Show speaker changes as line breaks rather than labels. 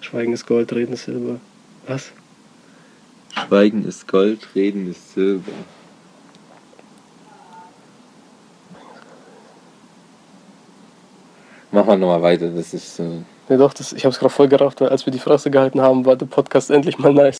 Schweigen ist Gold, Reden ist Silber. Was?
Schweigen ist Gold, Reden ist Silber. Mach mal nochmal weiter, das ist so.
Ne, doch, das, ich habe es gerade voll gerafft, weil als wir die Fresse gehalten haben, war der Podcast endlich mal nice.